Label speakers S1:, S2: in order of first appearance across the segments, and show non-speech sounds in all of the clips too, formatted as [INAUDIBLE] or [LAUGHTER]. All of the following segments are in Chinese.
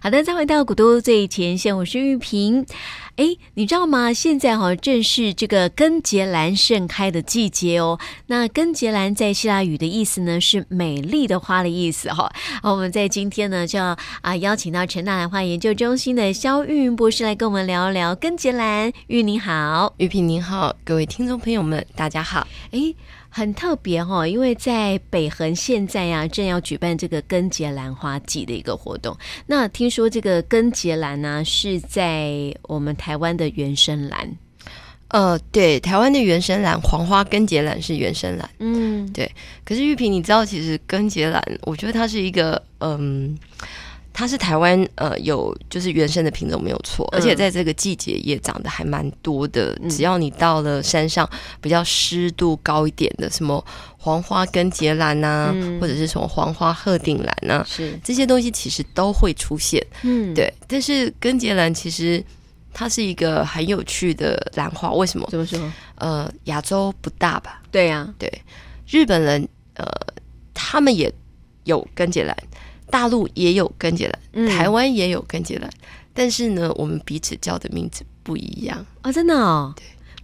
S1: 好的，再回到古都最前线，我是玉萍。哎，你知道吗？现在哈、正是这个根结兰盛开的季节哦。那根结兰在希腊语的意思呢是美丽的花的意思哈、好，我们在今天呢就要啊邀请到陈大兰花研究中心的肖玉云博士来跟我们聊一聊根结兰。玉你好，
S2: 玉萍您好，各位听众朋友们，大家好。
S1: 哎，很特别哈、因为在北横现在呀、正要举办这个根结兰花季的一个活动。那听说这个根结兰呢、是在我们台湾的原生兰，
S2: 呃，对，台湾的原生兰黄花根节兰是原生兰，
S1: 嗯，
S2: 可是玉萍，你知道其实根节兰，我觉得它是一个嗯。它是台湾呃有就是原生的品种没有错，而且在这个季节也长得还蛮多的。
S1: 嗯
S2: 只要你到了山上比较湿度高一点的，什么黄花根节兰呐、
S1: 嗯
S2: 啊或者是什么黄花鹤顶兰呐、
S1: 是，
S2: 这些东西其实都会出现。
S1: 啊嗯，，
S2: 对，但是根节兰其实它是一个很有趣的兰花，为什么？
S1: 怎么说？
S2: 呃，亚洲不大吧？
S1: 对啊呀、
S2: 对，日本人呃，他们也有根节兰，大陆也有根节兰，
S1: 嗯
S2: 台湾也有根节兰，但是呢，我们彼此叫的名字不一样。
S1: 哦，真的哦，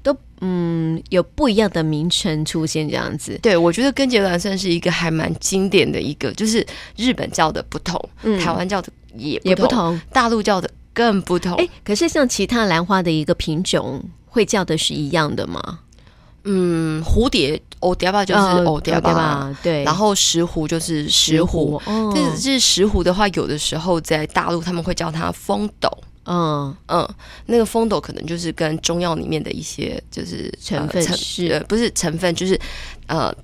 S1: 都嗯有不一样的名称出现这样子，
S2: 对，我觉得根节兰算是一个还蛮经典的一个，就是日本叫的不同，
S1: 嗯
S2: 台湾叫的也不
S1: 也不
S2: 同，
S1: 同。
S2: 大陆叫的更不同。
S1: 哎，可是像其他兰花的一个品种，会叫的是一样的吗？
S2: 嗯，蝴蝶欧迪巴就是
S1: 呃
S2: 欧迪
S1: 对
S2: 巴，
S1: 吧？对，
S2: 然后石斛就是石斛。，
S1: 哦，
S2: 这是石斛的话，有的时候在大陆他们会叫它风斗，
S1: 嗯，
S2: 嗯，那个风斗可能就是跟中药里面的一些就是
S1: 成分
S2: 呃成
S1: 是
S2: 呃不是成分，就是呃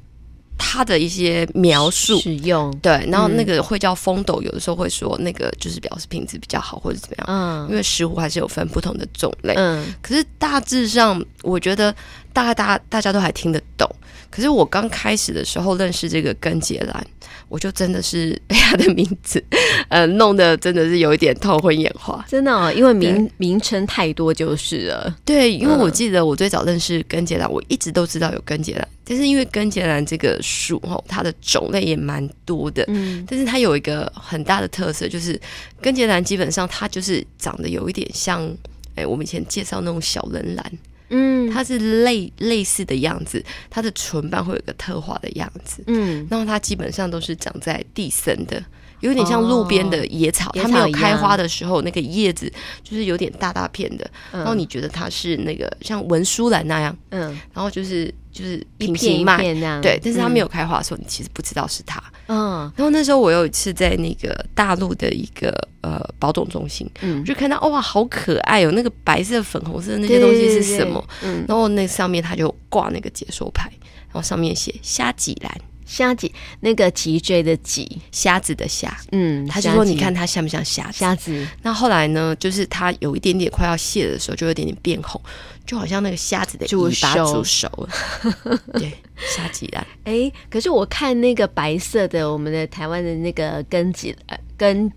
S2: 它的一些描述。
S1: 使用，
S2: 对，然后
S1: 嗯
S2: 那个会叫风斗，有的时候会说那个就是表示品质比较好或者怎么样，
S1: 嗯
S2: 因为石斛还是有分不同的种类。
S1: 嗯
S2: 可是大致上，我觉得大概大大家都还听得懂。可是我刚开始的时候认识这个根杰兰，我就真的是被他的名字，呃，弄得真的是有一点头昏眼花。
S1: 真的哦，因为名名称太多就是了，
S2: 对，因为我
S1: 嗯
S2: 记得我最早认识根杰兰，我一直都知道有根杰兰，但是因为根杰兰这个树吼，它的种类也蛮多的，
S1: 嗯
S2: 但是它有一个很大的特色，就是根杰兰基本上它就是长得有一点像，哎、我们以前介绍那种小人兰。
S1: 嗯，
S2: 它是类类似的样子，它的唇瓣会有一个特化的样子，
S1: 嗯
S2: 然后它基本上都是长在地生的，有点像路边的野草，
S1: 哦野
S2: 它
S1: 草
S2: 没有
S1: 一样
S2: 开花的时候，那个叶子就是有点大大片的，然后你觉得它是那个像文殊兰那样，
S1: 嗯
S2: 然后就是就是
S1: 一
S2: 平
S1: 片
S2: 行
S1: 一
S2: 脉。
S1: 片那样，
S2: 对，但是它没
S1: 有，
S2: 有开花的时候，你其实不知道是它。
S1: 嗯
S2: 然后那时候我有一次在那个大陆的一个呃保种中心，我
S1: 嗯，
S2: 就看到哇，好可爱哦！那个白色、粉红色的那些东西是什么？
S1: 对？对对对嗯，
S2: 然后那上面他就挂那个解说牌，然后上面写虾脊兰，
S1: 虾脊那个脊椎的脊，
S2: 虾子的虾，
S1: 嗯，
S2: 他就说
S1: 虾脊
S2: 你看它像不像虾子？
S1: 虾子，
S2: 那后来呢，就是它有一点点快要泄的时候，就有点点变红，就好像那个虾子的
S1: 煮
S2: 尾巴
S1: 熟
S2: 煮熟了。
S1: [LAUGHS]
S2: 对，虾脊兰，
S1: 哎，可是我看那个白色的，我们的台湾的那个根节呃根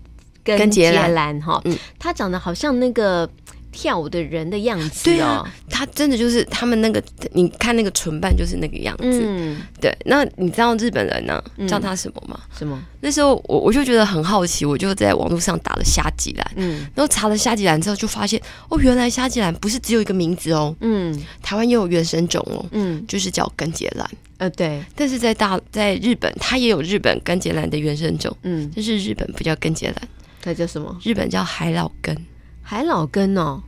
S2: 根节兰
S1: 兰哈
S2: 嗯，
S1: 它长得好像那个跳舞的人的样子
S2: 对
S1: 哦
S2: 啊，它真的就是他们那个，你看那个唇瓣就是那个样子。
S1: 嗯，
S2: 对，那你知道日本人呢、
S1: 嗯
S2: 叫它什么吗？
S1: 什么？
S2: 那时候我我就觉得很好奇，我就在网络上打了虾脊兰。
S1: 嗯
S2: 然后查了虾脊兰之后，就发现哦，原来虾脊兰不是只有一个名字哦，
S1: 嗯
S2: 台湾也有原生种哦，
S1: 嗯，
S2: 就是叫根节兰。
S1: 呃，对，
S2: 但是在大在日本，它也有日本根节兰的原生种，
S1: 嗯，
S2: 但是日本不叫根节兰，
S1: 它叫什么？
S2: 日本叫海老根，
S1: 海老根哦，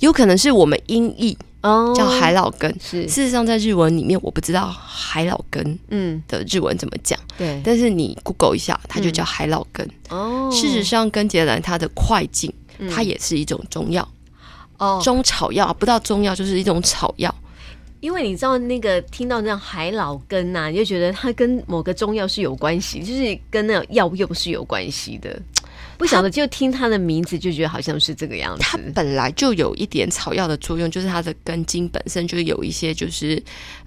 S2: 有可能是我们音译
S1: 哦，
S2: 叫海老根。
S1: 是，
S2: 事实上，在日文里面，我不知道海老根
S1: 嗯，
S2: 的日文怎么讲，
S1: 对，
S2: 但是你 Google 一下，它就叫海老根。
S1: 嗯哦，
S2: 事实上，根节兰它的快进，
S1: 嗯
S2: 它也是一种中药，
S1: 哦，
S2: 中草药，不到中药就是一种草药。
S1: 因为你知道那个听到那种海老根呐、你就觉得它跟某个中药是有关系，就是跟那种药用是有关系的。不晓得，就听它的名字就觉得好像是这个样
S2: 它
S1: 子。
S2: 本来就有一点草药的作用，就是它的根茎本身就有一些就是，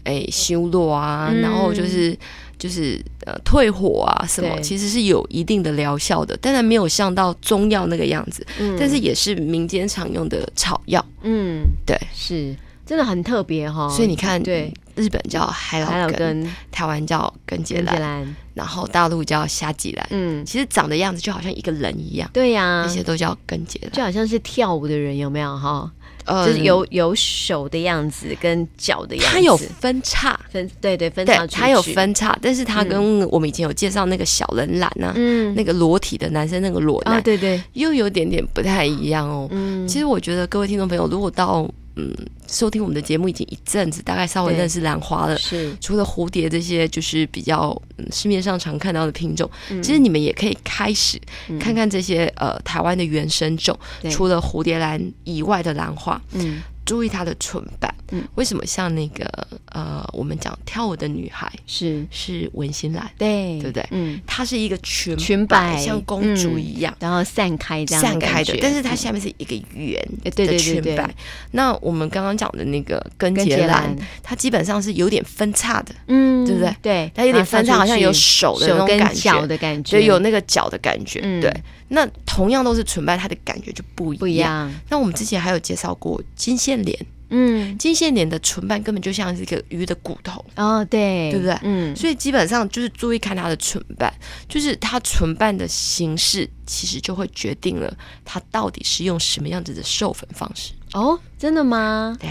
S2: 诶、修络啊，
S1: 嗯
S2: 然后就是就是呃退火啊什么，
S1: 对
S2: 其实是有一定的疗效的。当然没有像到中药那个样子，
S1: 嗯
S2: 但是也是民间常用的草药。
S1: 嗯，
S2: 对，
S1: 是真的很特别哈、
S2: 所以你看，
S1: 哦对，
S2: 日本叫海
S1: 海老
S2: 老根，
S1: 根、
S2: 台湾叫根节
S1: 跟
S2: 兰，
S1: 节兰，
S2: 然后大陆叫虾脊兰。
S1: 嗯，
S2: 其实长的样子就好像一个人一样，
S1: 对呀
S2: 那、些都叫根节兰。
S1: 就好像是跳舞的人有没有哈？
S2: 呃
S1: 就是有有手的样子跟脚的样子，
S2: 它有分叉，
S1: 分对对分
S2: 对
S1: 叉，出
S2: 它有
S1: 去，
S2: 分叉，但是它跟我们以前有介绍那个小人懒啊，
S1: 嗯，
S2: 那个裸体的男生那个裸
S1: 啊
S2: 男，
S1: 对对，
S2: 又有点点不太一样哦。
S1: 嗯，
S2: 其实我觉得各位听众朋友，如果到嗯收听我们的节目已经一阵子，大概稍微
S1: 对
S2: 认识兰花了。
S1: 是
S2: 除了蝴蝶这些就是比较、嗯、市面上常看到的品种，
S1: 嗯
S2: 其实你们也可以开始看看这些、呃台湾的原生种
S1: 对，
S2: 除了蝴蝶兰以外的兰花，
S1: 嗯
S2: 注意它的唇瓣。
S1: 嗯
S2: 为什么像那个呃我们讲跳舞的女孩
S1: 是，
S2: 是文心兰，
S1: 对
S2: 对不对
S1: 嗯，
S2: 它是一个裙
S1: 裙摆
S2: 摆，像公主
S1: 嗯
S2: 一样。
S1: 然后散开嗯这样的
S2: 散开
S1: 感
S2: 的
S1: 觉，
S2: 但是它下面是一个圆
S1: 哎
S2: 的
S1: 对对对
S2: 裙
S1: 对
S2: 摆。那我们刚刚讲的那个根
S1: 跟
S2: 节
S1: 节
S2: 兰
S1: 兰，，
S2: 它基本上是有点分叉的，
S1: 嗯，
S2: 对不对？
S1: 对，
S2: 它有点分叉，
S1: 然后
S2: 好像有
S1: 出
S2: 手
S1: 去
S2: 的那
S1: 手
S2: 种
S1: 跟
S2: 感
S1: 脚
S2: 觉，
S1: 的感觉，
S2: 对，有那个脚的感觉。
S1: 嗯
S2: 对，那同样都是唇瓣，它的感觉就不
S1: 不
S2: 一
S1: 一
S2: 样。
S1: 样，
S2: 那我们之前还有介绍过金线莲，
S1: 嗯，
S2: 金线莲的唇瓣根本就像是一个鱼的骨头，
S1: 哦对，
S2: 对不对
S1: 嗯，
S2: 所以基本上就是注意看它的唇瓣，就是它唇瓣的形式，其实就会决定了它到底是用什么样子的授粉方式。
S1: 哦，真的吗？
S2: 对。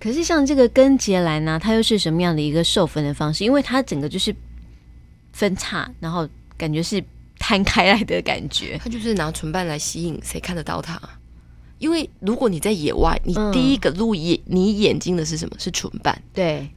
S1: 可是像这个根节兰呢、啊它又是什么样的一个授粉的方式？因为它整个就是分叉，然后感觉是摊开来的感觉。
S2: 它就是拿唇瓣来吸引，谁看得到它？因为如果你在野外，你
S1: 嗯
S2: 第一个入眼、你眼睛的是什么？是唇瓣。
S1: 对，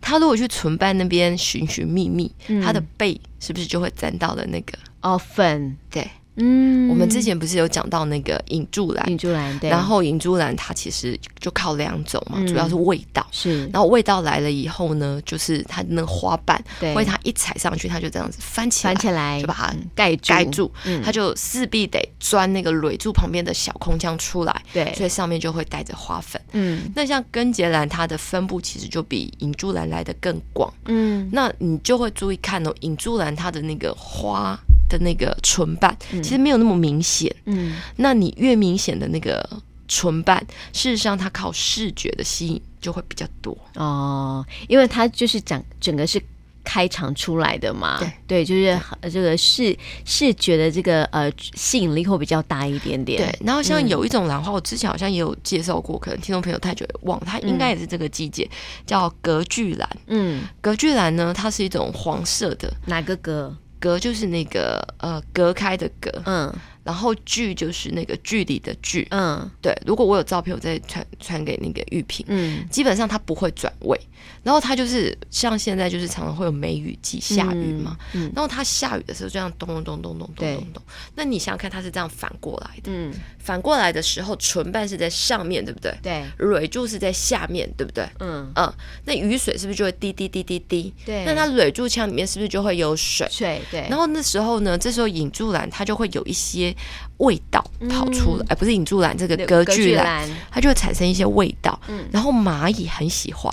S2: 它如果去唇瓣那边寻寻觅觅，
S1: 嗯
S2: 它的背是不是就会沾到了那个？
S1: 哦，粉，
S2: 对，
S1: 嗯，
S2: 我们之前不是有讲到那个引柱兰，
S1: 引珠兰，对，
S2: 然后引柱兰它其实就靠两种嘛，
S1: 嗯
S2: 主要是味道。
S1: 是，
S2: 然后味道来了以后呢，就是它那个花瓣，
S1: 对，
S2: 会它一踩上去，它就这样子翻起来，
S1: 翻起来
S2: 就把它
S1: 嗯盖住，
S2: 盖，住，
S1: 嗯
S2: 它就势必得钻那个蕊柱旁边的小空腔出来，所
S1: 对，
S2: 以上面就会带着花粉。
S1: 嗯
S2: 那像根节兰，它的分布其实就比银珠兰来的更广。
S1: 嗯，
S2: 那你就会注意看哦，银珠兰它的那个花的那个唇瓣，
S1: 嗯
S2: 其实没有那么明显。
S1: 嗯，
S2: 那你越明显的那个唇瓣，事实上它靠视觉的吸引就会比较多。
S1: 哦，因为它就是整整个是开场出来的嘛，
S2: 对，
S1: 就是呃这个视视觉的这个呃吸引力会比较大一点点，嗯
S2: 对，然后像有一种兰花，我之前好像也有介绍过，可能听众朋友太久也忘了，它应该也是这个季节，叫格距兰。
S1: 嗯，
S2: 格距兰呢，它是一种黄色的，
S1: 哪个歌？
S2: 格就是那个呃隔开的隔，
S1: 嗯
S2: 然后距就是那个距离的距。
S1: 嗯
S2: 对，如果我有照片，我再传传给那个玉萍。
S1: 嗯，
S2: 基本上它不会转位，然后它就是像现在就是常常会有梅雨季下雨嘛，
S1: 嗯
S2: 然后它下雨的时候就这样咚咚咚咚咚咚咚咚，那你想想看，它是这样反过来的，
S1: 嗯，
S2: 反过来的时候唇瓣是在上面，对不对？
S1: 对，
S2: 蕊柱是在下面，对不对？
S1: 嗯
S2: 嗯，那雨水是不是就会滴滴滴滴滴？
S1: 对
S2: 那它蕊柱腔里面是不是就会有水？
S1: 水对，
S2: 然后那时候呢，这时候引柱兰它就会有一些味道跑出来，哎、不是引柱兰，这个
S1: 那
S2: 隔
S1: 嗯歌
S2: 距
S1: 剧
S2: 兰，
S1: 兰
S2: 它就会产生一些味道。
S1: 嗯
S2: 然后蚂蚁很喜欢，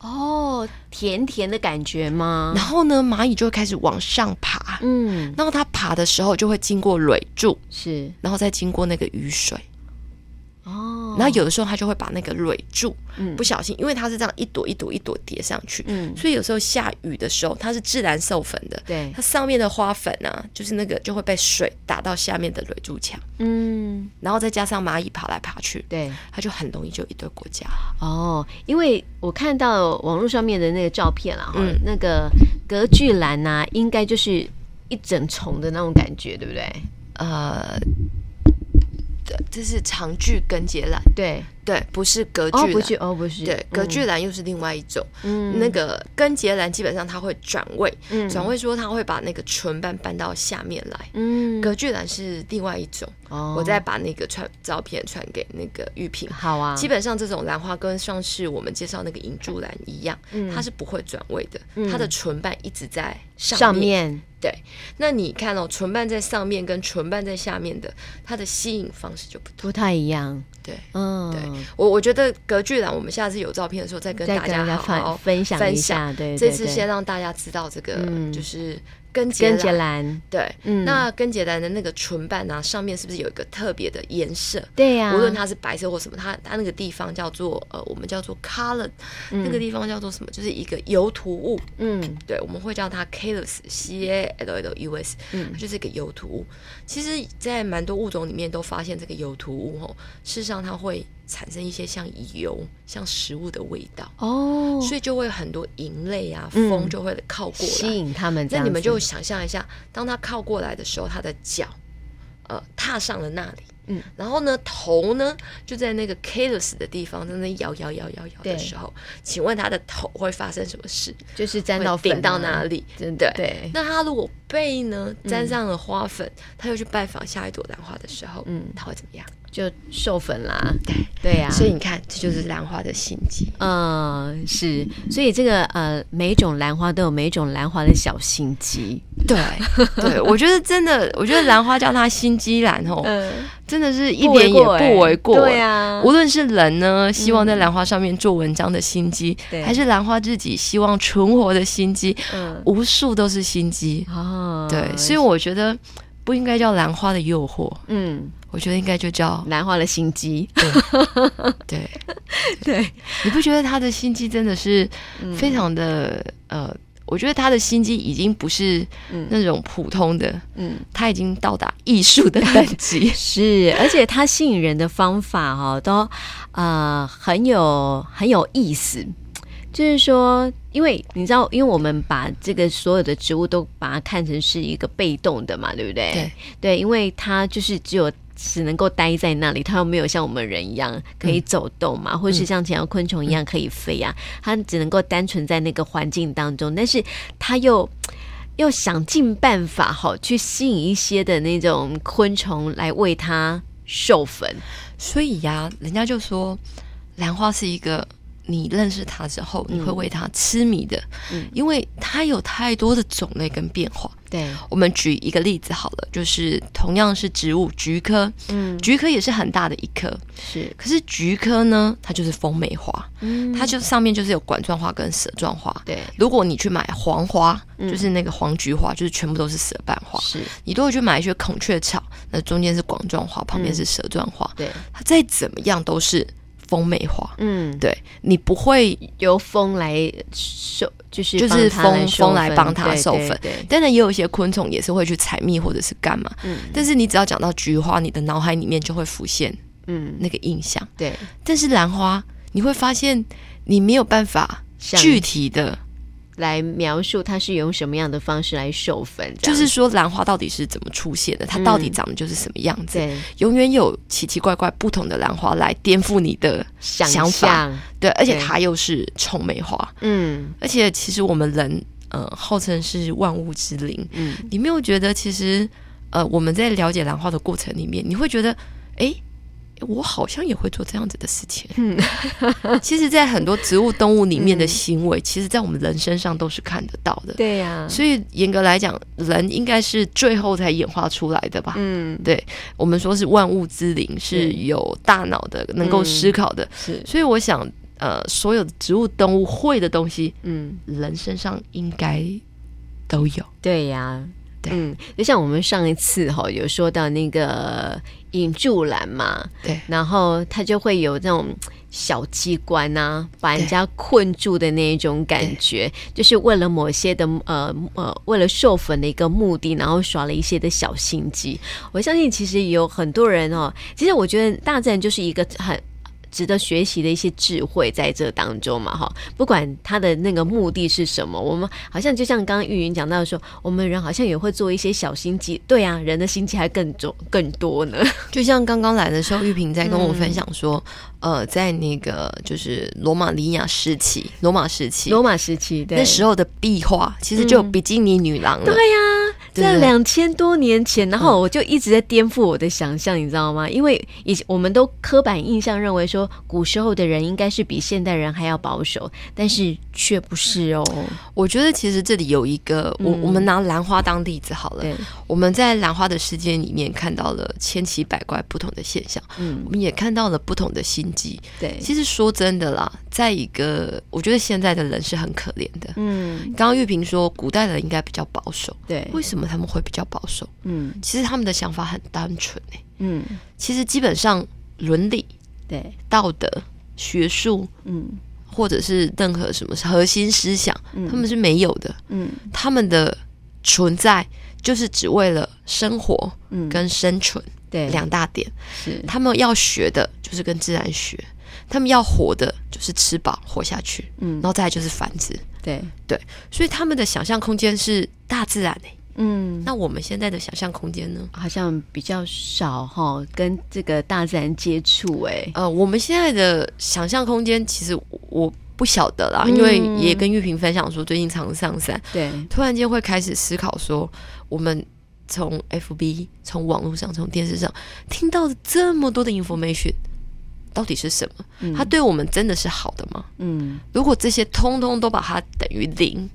S1: 哦，甜甜的感觉吗？
S2: 然后呢，蚂蚁就会开始往上爬。
S1: 嗯，
S2: 然后它爬的时候就会经过蕊柱，
S1: 是
S2: 然后再经过那个雨水。
S1: 哦，
S2: 然后有的时候它就会把那个蕊柱
S1: 嗯
S2: 不小心，因为它是这样一朵一朵一朵叠上去，
S1: 嗯
S2: 所以有时候下雨的时候它是自然授粉的，
S1: 对
S2: 它，上面的花粉啊，就是那个就会被水打到下面的蕊柱墙。
S1: 嗯
S2: 然后再加上蚂蚁爬来爬去，
S1: 对。
S2: 它就很容易就一堆国家。
S1: 哦，因为我看到网络上面的那个照片啦，哈、
S2: 嗯
S1: 那个隔距兰呐、啊应该就是一整丛的那种感觉，对不对？
S2: 呃，对这是长距根节兰，
S1: 对，
S2: 对，不是嗯隔距
S1: 哦，
S2: 兰。
S1: 不是，哦，不是，
S2: 对，隔距兰又是另外一种。
S1: 嗯，嗯，
S2: 那个根节兰基本上它会转位，
S1: 嗯
S2: 转位说它会把那个唇瓣搬到下面来。
S1: 嗯，
S2: 隔距兰是另外一种，
S1: 哦
S2: 我再把那个传照片传给那个玉萍。
S1: 好啊，
S2: 基本上这种兰花跟上次我们介绍那个银柱兰一样，
S1: 嗯
S2: 它是不会转位的，它的唇瓣一直在
S1: 上面
S2: 对，那你看哦，唇瓣在上面跟唇瓣在下面的，它的吸引方式就不同。
S1: 不太一样，
S2: 对，
S1: 嗯，
S2: 对我我觉得隔距兰，我们下次有照片的时候再跟
S1: 再
S2: 大
S1: 跟大
S2: 家
S1: 家
S2: 好好
S1: 分分享一
S2: 分
S1: 下，对，
S2: 这
S1: 对
S2: 次
S1: 对
S2: 先让大家知道这个
S1: 嗯
S2: 就是根结
S1: 跟
S2: 兰，
S1: 杰兰，
S2: 对，
S1: 嗯，
S2: 那根结兰的那个唇瓣啊，上面是不是有一个特别的颜色？
S1: 对呀、
S2: 无论它是白色或什么，它它那个地方叫做呃，我们叫做 color，、那个地方叫做什么？就是一个油涂物，
S1: 嗯
S2: 对，我们会叫它 calus，c a l l u s，它
S1: 嗯
S2: 就是一个油涂物。其实，在蛮多物种里面都发现这个油涂物哦，事实上它会产生一些像油、像食物的味道，
S1: 哦，
S2: 所以就会有很多蝇类啊，
S1: 嗯
S2: 风就会靠过来，
S1: 吸引他们这
S2: 那
S1: 样子，
S2: 你们就想象一下，当它靠过来的时候，它的脚，呃，踏上了那里，
S1: 嗯，
S2: 然后呢，头呢就在那个 calus 的地方，在那摇摇摇摇摇
S1: 对
S2: 的时候，请问它的头会发生什么事？
S1: 就是沾到
S2: 会顶
S1: 粉
S2: 到
S1: 啊
S2: 哪里？
S1: 真
S2: 对
S1: 的对，
S2: 那它如果背呢沾上了花粉，它又去拜访下一朵兰花的时候，
S1: 嗯
S2: 嗯，它会怎么样？
S1: 就授粉啦，对对呀、
S2: 所以你看，这就是兰花的心机。
S1: 嗯，是，所以这个呃，每种兰花都有每种兰花的小心机。
S2: 对， [LAUGHS] 对，我觉得真的，我觉得兰花叫它心机兰哦，
S1: 嗯，
S2: 真的是一点也不为过。
S1: 哎
S2: 哎
S1: 对啊，
S2: 无论是人呢，希望在兰花上面做文章的心机，
S1: 嗯对
S2: 还是兰花自己希望存活的心机，
S1: 嗯
S2: 无数都是心机。
S1: 啊，
S2: 对，所以我觉得不应该叫兰花的诱惑，
S1: 嗯，
S2: 我觉得应该就叫
S1: 兰花的心机，嗯
S2: 对。
S1: [LAUGHS] 对，
S2: 你不觉得他的心机真的是
S1: 嗯
S2: 非常的、呃？我觉得他的心机已经不是
S1: 嗯
S2: 那种普通的，
S1: 嗯。。
S2: 他已经到达艺术的等级
S1: [LAUGHS] 是，而且它吸引人的方法哈、哦，都呃很有很有意思。就是说，因为你知道，因为我们把这个所有的植物都把它看成是一个被动的嘛，对不对？
S2: 对
S1: 对，因为它就是只有只能够待在那里，它又没有像我们人一样可以走动嘛，或是像其他昆虫一样可以飞啊，它只能够单纯在那个环境当中，但是它又。要想尽办法哈，去吸引一些的那种昆虫来为它授粉。
S2: 所以呀、人家就说兰花是一个你认识它之后，你会为它痴迷的，
S1: 嗯
S2: 因为它有太多的种类跟变化。
S1: 对，
S2: 我们举一个例子好了，就是同样是植物菊科，
S1: 嗯，
S2: 菊科也是很大的一棵，
S1: 是，
S2: 可是菊科呢，它就是风梅花，
S1: 嗯，
S2: 它就上面就是有管状花跟舌状花。
S1: 对，嗯
S2: 如果你去买黄花，就是那个黄菊花，就是全部都是舌瓣花。
S1: 是，
S2: 你如果去买一些孔雀草，那中间是管状花，
S1: 嗯
S2: 旁边是舌状花，
S1: 对，
S2: 它再怎么样都是风梅花。
S1: 嗯，
S2: 对你不会，
S1: 由风来授，就是
S2: 就
S1: 帮
S2: 是
S1: 它
S2: 风
S1: 授
S2: 风来
S1: 粉
S2: 帮它
S1: 对
S2: 授
S1: 对
S2: 粉
S1: 对，
S2: 当然也有一些昆虫也是会去采蜜或者是干嘛。
S1: 嗯
S2: 但是你只要讲到菊花，你的脑海里面就会浮现
S1: 嗯，
S2: 那个印象。
S1: 对，
S2: 但是兰花，你会发现你没有办法
S1: 像
S2: 具体的，
S1: 来描述它是用什么样的方式来授粉，这
S2: 就
S1: 样嗯
S2: 是说兰花到底是怎么出现的，它到底长得就是什么样子。
S1: 对
S2: 永远有奇奇怪怪不同的兰花来颠覆你的
S1: 想
S2: 想法
S1: 象，
S2: 对，而且
S1: 对
S2: 它又是臭美花，
S1: 嗯
S2: 而且其实我们人，呃，号称是万物之灵，
S1: 嗯，
S2: 你没有觉得其实，呃，我们在了解兰花的过程里面，你会觉得，哎。我好像也会做这样子的事情。
S1: 嗯
S2: [LAUGHS] 其实，在很多植物、动物里面的行为，其实，在我们人身上都是看得到的。
S1: 对呀，
S2: 所以，严格来讲，人应该是最后才演化出来的吧？
S1: 嗯
S2: 对我们说是万物之灵，是
S1: 对
S2: 有大脑的，能够
S1: 嗯
S2: 思考的。
S1: 是，
S2: 所以我想，呃，所有的植物、动物会的东西，
S1: 嗯。
S2: 人身上应该都有。
S1: 对呀、
S2: 对
S1: 嗯，就像我们上一次哈、有说到那个引柱兰嘛，
S2: 对
S1: 然后它就会有那种小机关呐、把人家困住的那一种感觉，就是为了某些的呃呃，为了授粉的一个目的，然后耍了一些的小心机。我相信其实有很多人哦，其实我觉得大自然就是一个很。值得学习的一些智慧在这当中嘛，哈，不管他的那个目的是什么，我们好像就像刚刚玉云讲到说，我们人好像也会做一些小心机，对啊，人的心机还更重更多呢，
S2: 就像刚刚来的时候，玉萍在跟我分享说，呃，在那个就是罗马尼亚时期，罗马时期
S1: [LAUGHS] 罗马时期对
S2: 那时候的壁画，其实就有比基尼女郎了。
S1: 对呀、嗯
S2: 对
S1: 在
S2: 不对
S1: 两千多年前，然后我就一直在颠覆我的想象，你知道吗？因为以前我们都刻板印象认为说，古时候的人应该是比现代人还要保守，但是却不是哦。
S2: 我觉得其实这里有一个，我我们拿兰花当例子好了。
S1: 对，
S2: 我们在兰花的世界里面看到了千奇百怪不同的现象，
S1: 嗯
S2: 我，们也看到了不同的心机。
S1: 对，
S2: 其实说真的啦，在一个我觉得现在的人是很可怜的。
S1: 嗯，
S2: 刚刚玉萍说，古代人应该比较保守，
S1: 对，
S2: 为什么他们会比较保守？
S1: 嗯
S2: 其实他们的想法很单纯、欸、
S1: 嗯，
S2: 其实基本上伦理、
S1: 对，
S2: 道德、学术，
S1: 嗯
S2: 或者是任何什么核心思想，
S1: 嗯
S2: 他们是没有的。
S1: 嗯
S2: 他们的存在就是只为了生活
S1: 嗯，
S2: 跟生存
S1: 对
S2: 两大点。
S1: 是，
S2: 他们要学的就是跟自然学，他们要活的就是吃饱活下去，
S1: 嗯
S2: 然，后再来就是繁殖。
S1: 对，
S2: 所以他们的想象空间是大自然诶、欸
S1: 嗯。
S2: 那我们现在的想象空间呢？
S1: 好像比较少哈，跟这个大自然接触哎、
S2: 呃，我们现在的想象空间，其实我我不晓得啦，
S1: 嗯
S2: 因为也跟玉萍分享说，最近常上山，
S1: 对，
S2: 突然间会开始思考说，我们从 FB、从网络上、从电视上听到的这么多的 information，到底是什么？
S1: 嗯
S2: 它对我们真的是好的吗？
S1: 嗯，
S2: 如果这些通通都把它等于零，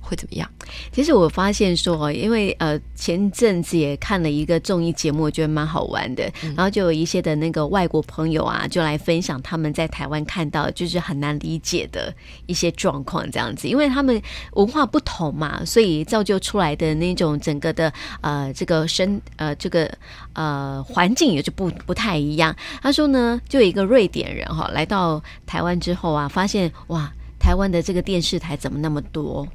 S2: 会怎么样？
S1: 其实我发现说哦，因为呃前阵子也看了一个综艺节目，我觉得蛮好玩的，然后就有一些的那个外国朋友啊，就来分享他们在台湾看到就是很难理解的一些状况这样子，因为他们文化不同嘛，所以造就出来的那种整个的呃这个生呃这个呃环境也就不不太一样。他说呢，就有一个瑞典人哈、来到台湾之后啊，发现哇。台湾的这个电视台怎么那么多？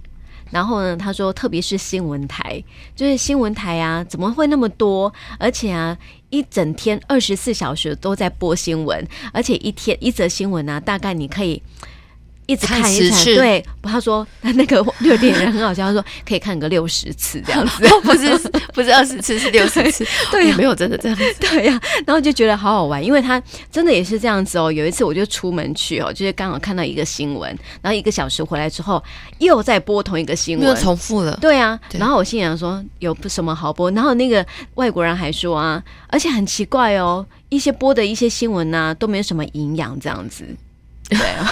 S1: 然后呢，他说，特别是新闻台，就是新闻台啊，怎么会那么多？而且啊，一整天二十四小时都在播新闻，而且一天一则新闻啊，大概你可以。一直看
S2: 看
S1: 一
S2: 十
S1: 直
S2: 次
S1: 对，哎他说他那个 [LAUGHS] 六点人很好笑，他说可以看个六十次这样 [LAUGHS] 子，
S2: 不是不是二十次，是六十次。
S1: 对啊
S2: 我没有真的这样子。
S1: 对呀、然后就觉得好好玩，因为他真的也是这样子哦。有一次我就出门去哦，就是刚好看到一个新闻，然后一个小时回来之后又在播同一个新
S2: 没有
S1: 闻，
S2: 重复了。
S1: 对啊，
S2: 对
S1: 然后我心想说有不什么好播，然后那个外国人还说啊，而且很奇怪哦，一些播的一些新闻呐、都没有什么营养这样子，对啊。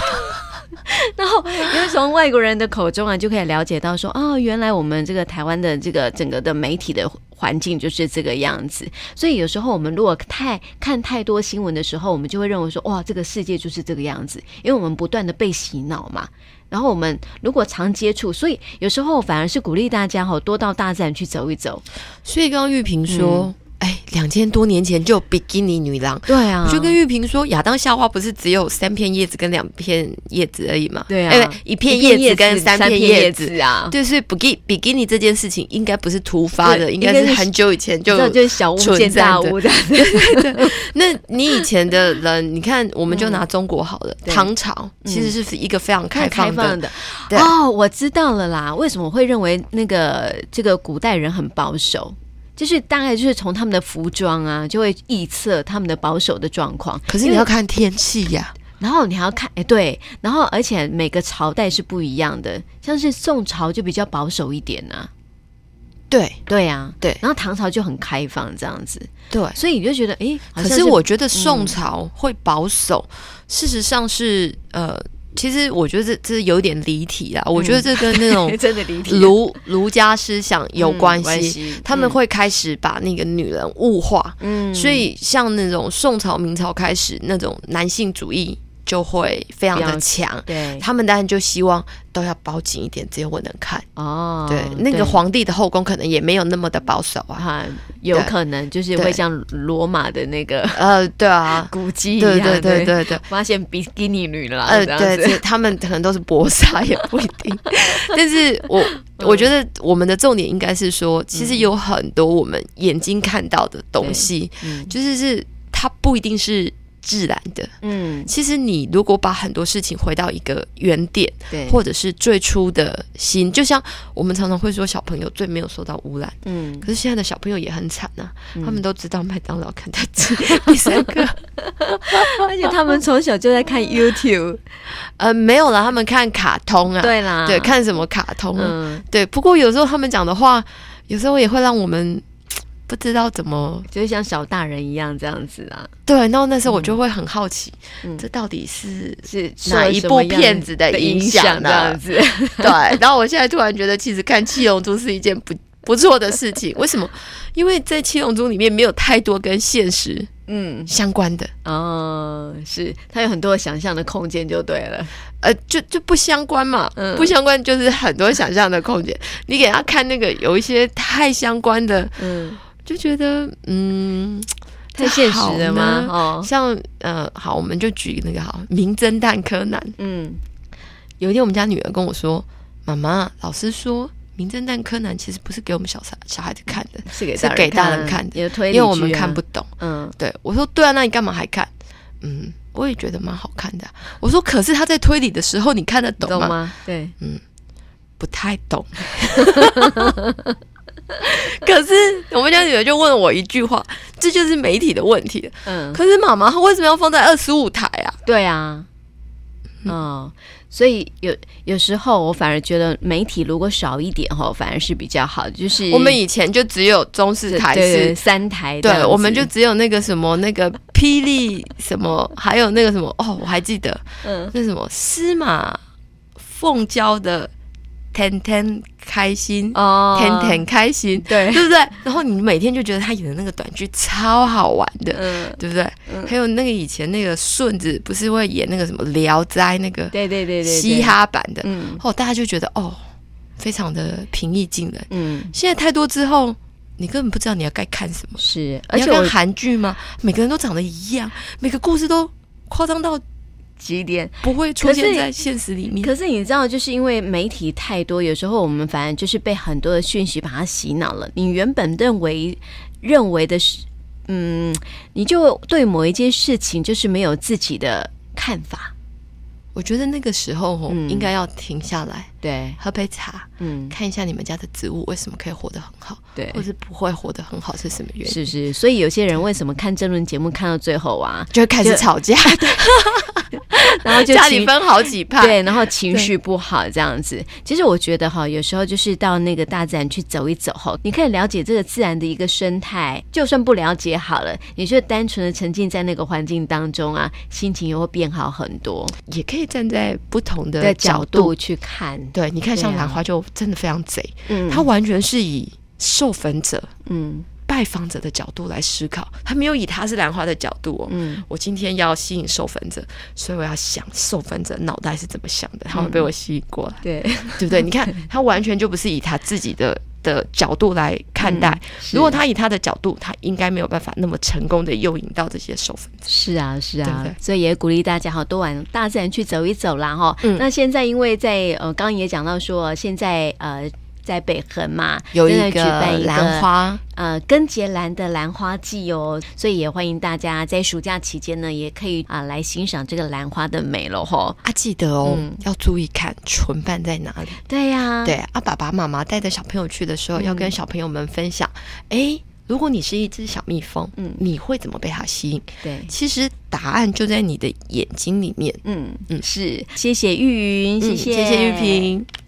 S1: 然后，因为从外国人的口中啊，就可以了解到说，哦，原来我们这个台湾的这个整个的媒体的环境就是这个样子。所以有时候我们如果太看太多新闻的时候，我们就会认为说，哇，这个世界就是这个样子，因为我们不断的被洗脑嘛。然后我们如果常接触，所以有时候反而是鼓励大家哈，多到大自然去走一走。
S2: 所以刚刚玉萍
S1: 嗯
S2: 说，哎、两千多年前就有比基尼女郎。
S1: 对啊
S2: 我就跟玉萍说，亚当夏娃不是只有三片叶子跟两片叶子而已吗？
S1: 对啊
S2: 哎不一片叶子跟三片叶子。嗯
S1: 啊，
S2: 对，所以比基比基尼这件事情应该不是突发的，
S1: 对
S2: 应该
S1: 应该
S2: 是
S1: 是
S2: 很久以前
S1: 就
S2: 就。
S1: 就是小巫见大巫的，
S2: 那你以前的人，你看，我们就拿中国好了，
S1: 嗯对嗯
S2: 唐朝其实是一个非常开
S1: 开
S2: 放的
S1: 放，的。
S2: 对
S1: 哦，我知道了啦，为什么会认为那个这个古代人很保守？就是大概就是从他们的服装啊，就会臆测他们的保守的状况。
S2: 可是你
S1: 因为
S2: 要看天气呀、
S1: 然后你还要看，哎，对，然后而且每个朝代是不一样的，像是宋朝就比较保守一点啊呐、
S2: 对
S1: 对啊，
S2: 对
S1: 然后唐朝就很开放这样子，
S2: 对。
S1: 所以你就觉得，哎，好
S2: 可
S1: 像嗯 [LAUGHS]
S2: 是我觉得宋朝会保守，事实上是呃，其实我觉得这这有点离题啦。我觉得这跟那种
S1: 真的嗯 [LAUGHS] 离题了
S2: 儒儒家思想有
S1: 嗯
S2: 关系，
S1: 系
S2: 他们，会开始把那个女人物化，
S1: 嗯
S2: 所以像那种宋朝、明朝开始那种男性主义就会非常
S1: 了
S2: 的
S1: 解
S2: 强。
S1: 对，
S2: 他们当然就希望都要包紧一点，只有我能看。
S1: 哦，
S2: 对，那个皇帝的后宫可能也没有那么的保守啊。
S1: 啊，有
S2: 对
S1: 可能就是会
S2: 对
S1: 像罗马的那
S2: [LAUGHS]
S1: 个，
S2: 呃，对啊
S1: 古 [LAUGHS] 迹一样，
S2: 对对对，对对，
S1: 发现比基尼女郎
S2: 呃，
S1: 这样
S2: 对，
S1: 子，
S2: 这他们可能都是搏杀，也不一定。 [LAUGHS] 但是
S1: [LAUGHS]
S2: 我
S1: 嗯
S2: 我觉得我们的重点应该是说，其实有很多我们眼睛看到的东西，
S1: 嗯
S2: 就是是它不一定是自然的。
S1: 嗯，
S2: 其实你如果把很多事情回到一个原点，
S1: 对，
S2: 或者是最初的心，就像我们常常会说，小朋友最没有受到污染。
S1: 嗯，
S2: 可是现在的小朋友也很惨啊，
S1: 嗯
S2: 他们都知道麦当劳、肯德基、 [LAUGHS] 第三个，
S1: 而且他们从小就在看
S2: [LAUGHS]
S1: YouTube，
S2: 呃，没有了，他们看卡通啊，
S1: 对啦，
S2: 对，看什么卡通啊？
S1: 嗯，
S2: 对，不过有时候他们讲的话，有时候也会让我们不知道怎么
S1: 就是像小大人一样这样子啊，
S2: 对。然后那时候我就会很好奇，
S1: 嗯
S2: 这到
S1: [LAUGHS]
S2: 底是
S1: 是
S2: 哪一部片
S1: 子
S2: 子的影
S1: 响
S2: 响
S1: 这
S2: 呢
S1: 样？子？
S2: 对，然后我现在突然觉得，其实看《七龙珠》是一件不 [LAUGHS] 不错的事情。为什么？因为在《七龙珠》里面没有太多跟现实
S1: 嗯，
S2: 相关的，
S1: 哦，是，它有很多想象的空间就对了。
S2: 呃，就就不相关嘛。
S1: 嗯
S2: 不相关就是很多想象的空间。你给他看那个有一些太相关的，
S1: [LAUGHS] 嗯，
S2: 就觉得嗯，
S1: 太现实了吗？
S2: 这好呢
S1: 哦，
S2: 像呃，好，我们就举那个好，《名侦探柯南》。
S1: 嗯，
S2: 有一天，我们家女儿跟我说：“妈妈，老师说《名侦探柯南》其实不是给我们小孩小孩子看的，
S1: 是给
S2: 是给大人看的
S1: 也推理
S2: 因为我
S1: 剧
S2: 们
S1: 啊
S2: 看不懂。”
S1: 嗯，
S2: 对，我说对啊，那你干嘛还看？嗯，我也觉得蛮好看的啊、我说可是他在推理的时候，你看得懂吗？
S1: 懂吗？对，
S2: 不太 [LAUGHS] 懂。可是我们家女儿就问我一句话，这就是媒体的问题了。
S1: 嗯，
S2: 可是妈妈，她为什么要放在二十五台啊？
S1: 对啊，嗯，所以有有时候我反而觉得媒体如果少一点哈，反而是比较好，就是
S2: 我们以前就只有中视台
S1: 对对
S2: 是
S1: 对三台这样
S2: 对，
S1: 子，
S2: 我们就只有那个什么那个霹雳什么，还有那个什么哦，我还记得
S1: 嗯
S2: 那什么司马凤娇的天天开心，
S1: 哦
S2: 天天开心，
S1: 对，
S2: 对不对？然后你每天就觉得他演的那个短剧超好玩的，
S1: 嗯，
S2: 对不对？还有那个以前那个顺子不是会演那个什么《聊斋》那个
S1: 对对对对，对
S2: 嘻，哈版的，
S1: 嗯
S2: 哦，大家就觉得哦，非常的平易近人。
S1: 嗯
S2: 现在太多之后，你根本不知道你要该看什么。
S1: 是，而
S2: 而
S1: 且
S2: 且
S1: 我
S2: 看韩剧吗？每个人都长得一样，每个故事都夸张到
S1: 几点
S2: 不会出
S1: 可是
S2: 现在现实里面。
S1: 可是你知道，就是因为媒体太多，有时候我们反而就是被很多的讯息把它洗脑了。你原本认为认为的是，嗯，你就对某一件事情就是没有自己的看法。
S2: 我觉得那个时候哦，
S1: 嗯
S2: 应该要停下来
S1: 对，
S2: 喝杯茶，
S1: 嗯，
S2: 看一下你们家的植物为什么可以活得很好，
S1: 对
S2: 或是不会活得很好是什么原因？
S1: 是是。所以有些人为什么看争论节目看到最后 [LAUGHS] 啊，
S2: 就会开始吵 [LAUGHS] 架，
S1: 然后就
S2: 家里
S1: 情
S2: 分好几派。
S1: 对，然后情绪不好这样子。其实我觉得哈，有时候就是到那个大自然去走一走哈，你可以了解这个自然的一个生态。就算不了解好了，你就单纯的沉浸在那个环境当中啊，心情也会变好很多。
S2: 也可以站在不同
S1: 的
S2: 的
S1: 角
S2: 角
S1: 度
S2: 度。
S1: 去看，
S2: 对，你看像
S1: 对啊
S2: 兰花就真的非常贼，
S1: 嗯，
S2: 它完全是以授粉者、
S1: 嗯
S2: 拜访者的角度来思考，它没有以它是兰花的角度哦。
S1: 嗯
S2: 我今天要吸引受粉者，所以我要想受粉者脑袋是怎么想
S1: 嗯
S2: 的，他会被我吸引过来，
S1: 对，
S2: 对不对？你看，他完全就不是以他自己的的角度来看待。
S1: 嗯是
S2: 如果他以他的角度，他应该没有办法那么成功的诱引到这些受粉者。
S1: [LAUGHS] 是啊，是啊，
S2: 对不对
S1: 所以也鼓励大家哈，多往大自然去走一走啦哈。
S2: 嗯
S1: 那现在因为在呃，刚刚也讲到说，现在呃，在北横嘛，正在举办一个
S2: 花，
S1: 呃根节兰的兰花季哦，所以也欢迎大家在暑假期间呢，也可以啊、来欣赏这个兰花的美了吼。
S2: 啊，记得哦，
S1: 嗯
S2: 要注意看唇瓣在哪里。
S1: 对呀、
S2: 对，啊，爸爸妈妈带着小朋友去的时候，要
S1: 嗯
S2: 跟小朋友们分享，诶，如果你是一只小蜜蜂，
S1: 嗯
S2: 你会怎么被它吸引？
S1: 对。
S2: 其实答案就在你的眼睛里面。
S1: 嗯
S2: 嗯
S1: 是，谢谢玉云，
S2: 嗯
S1: 谢
S2: 谢玉萍。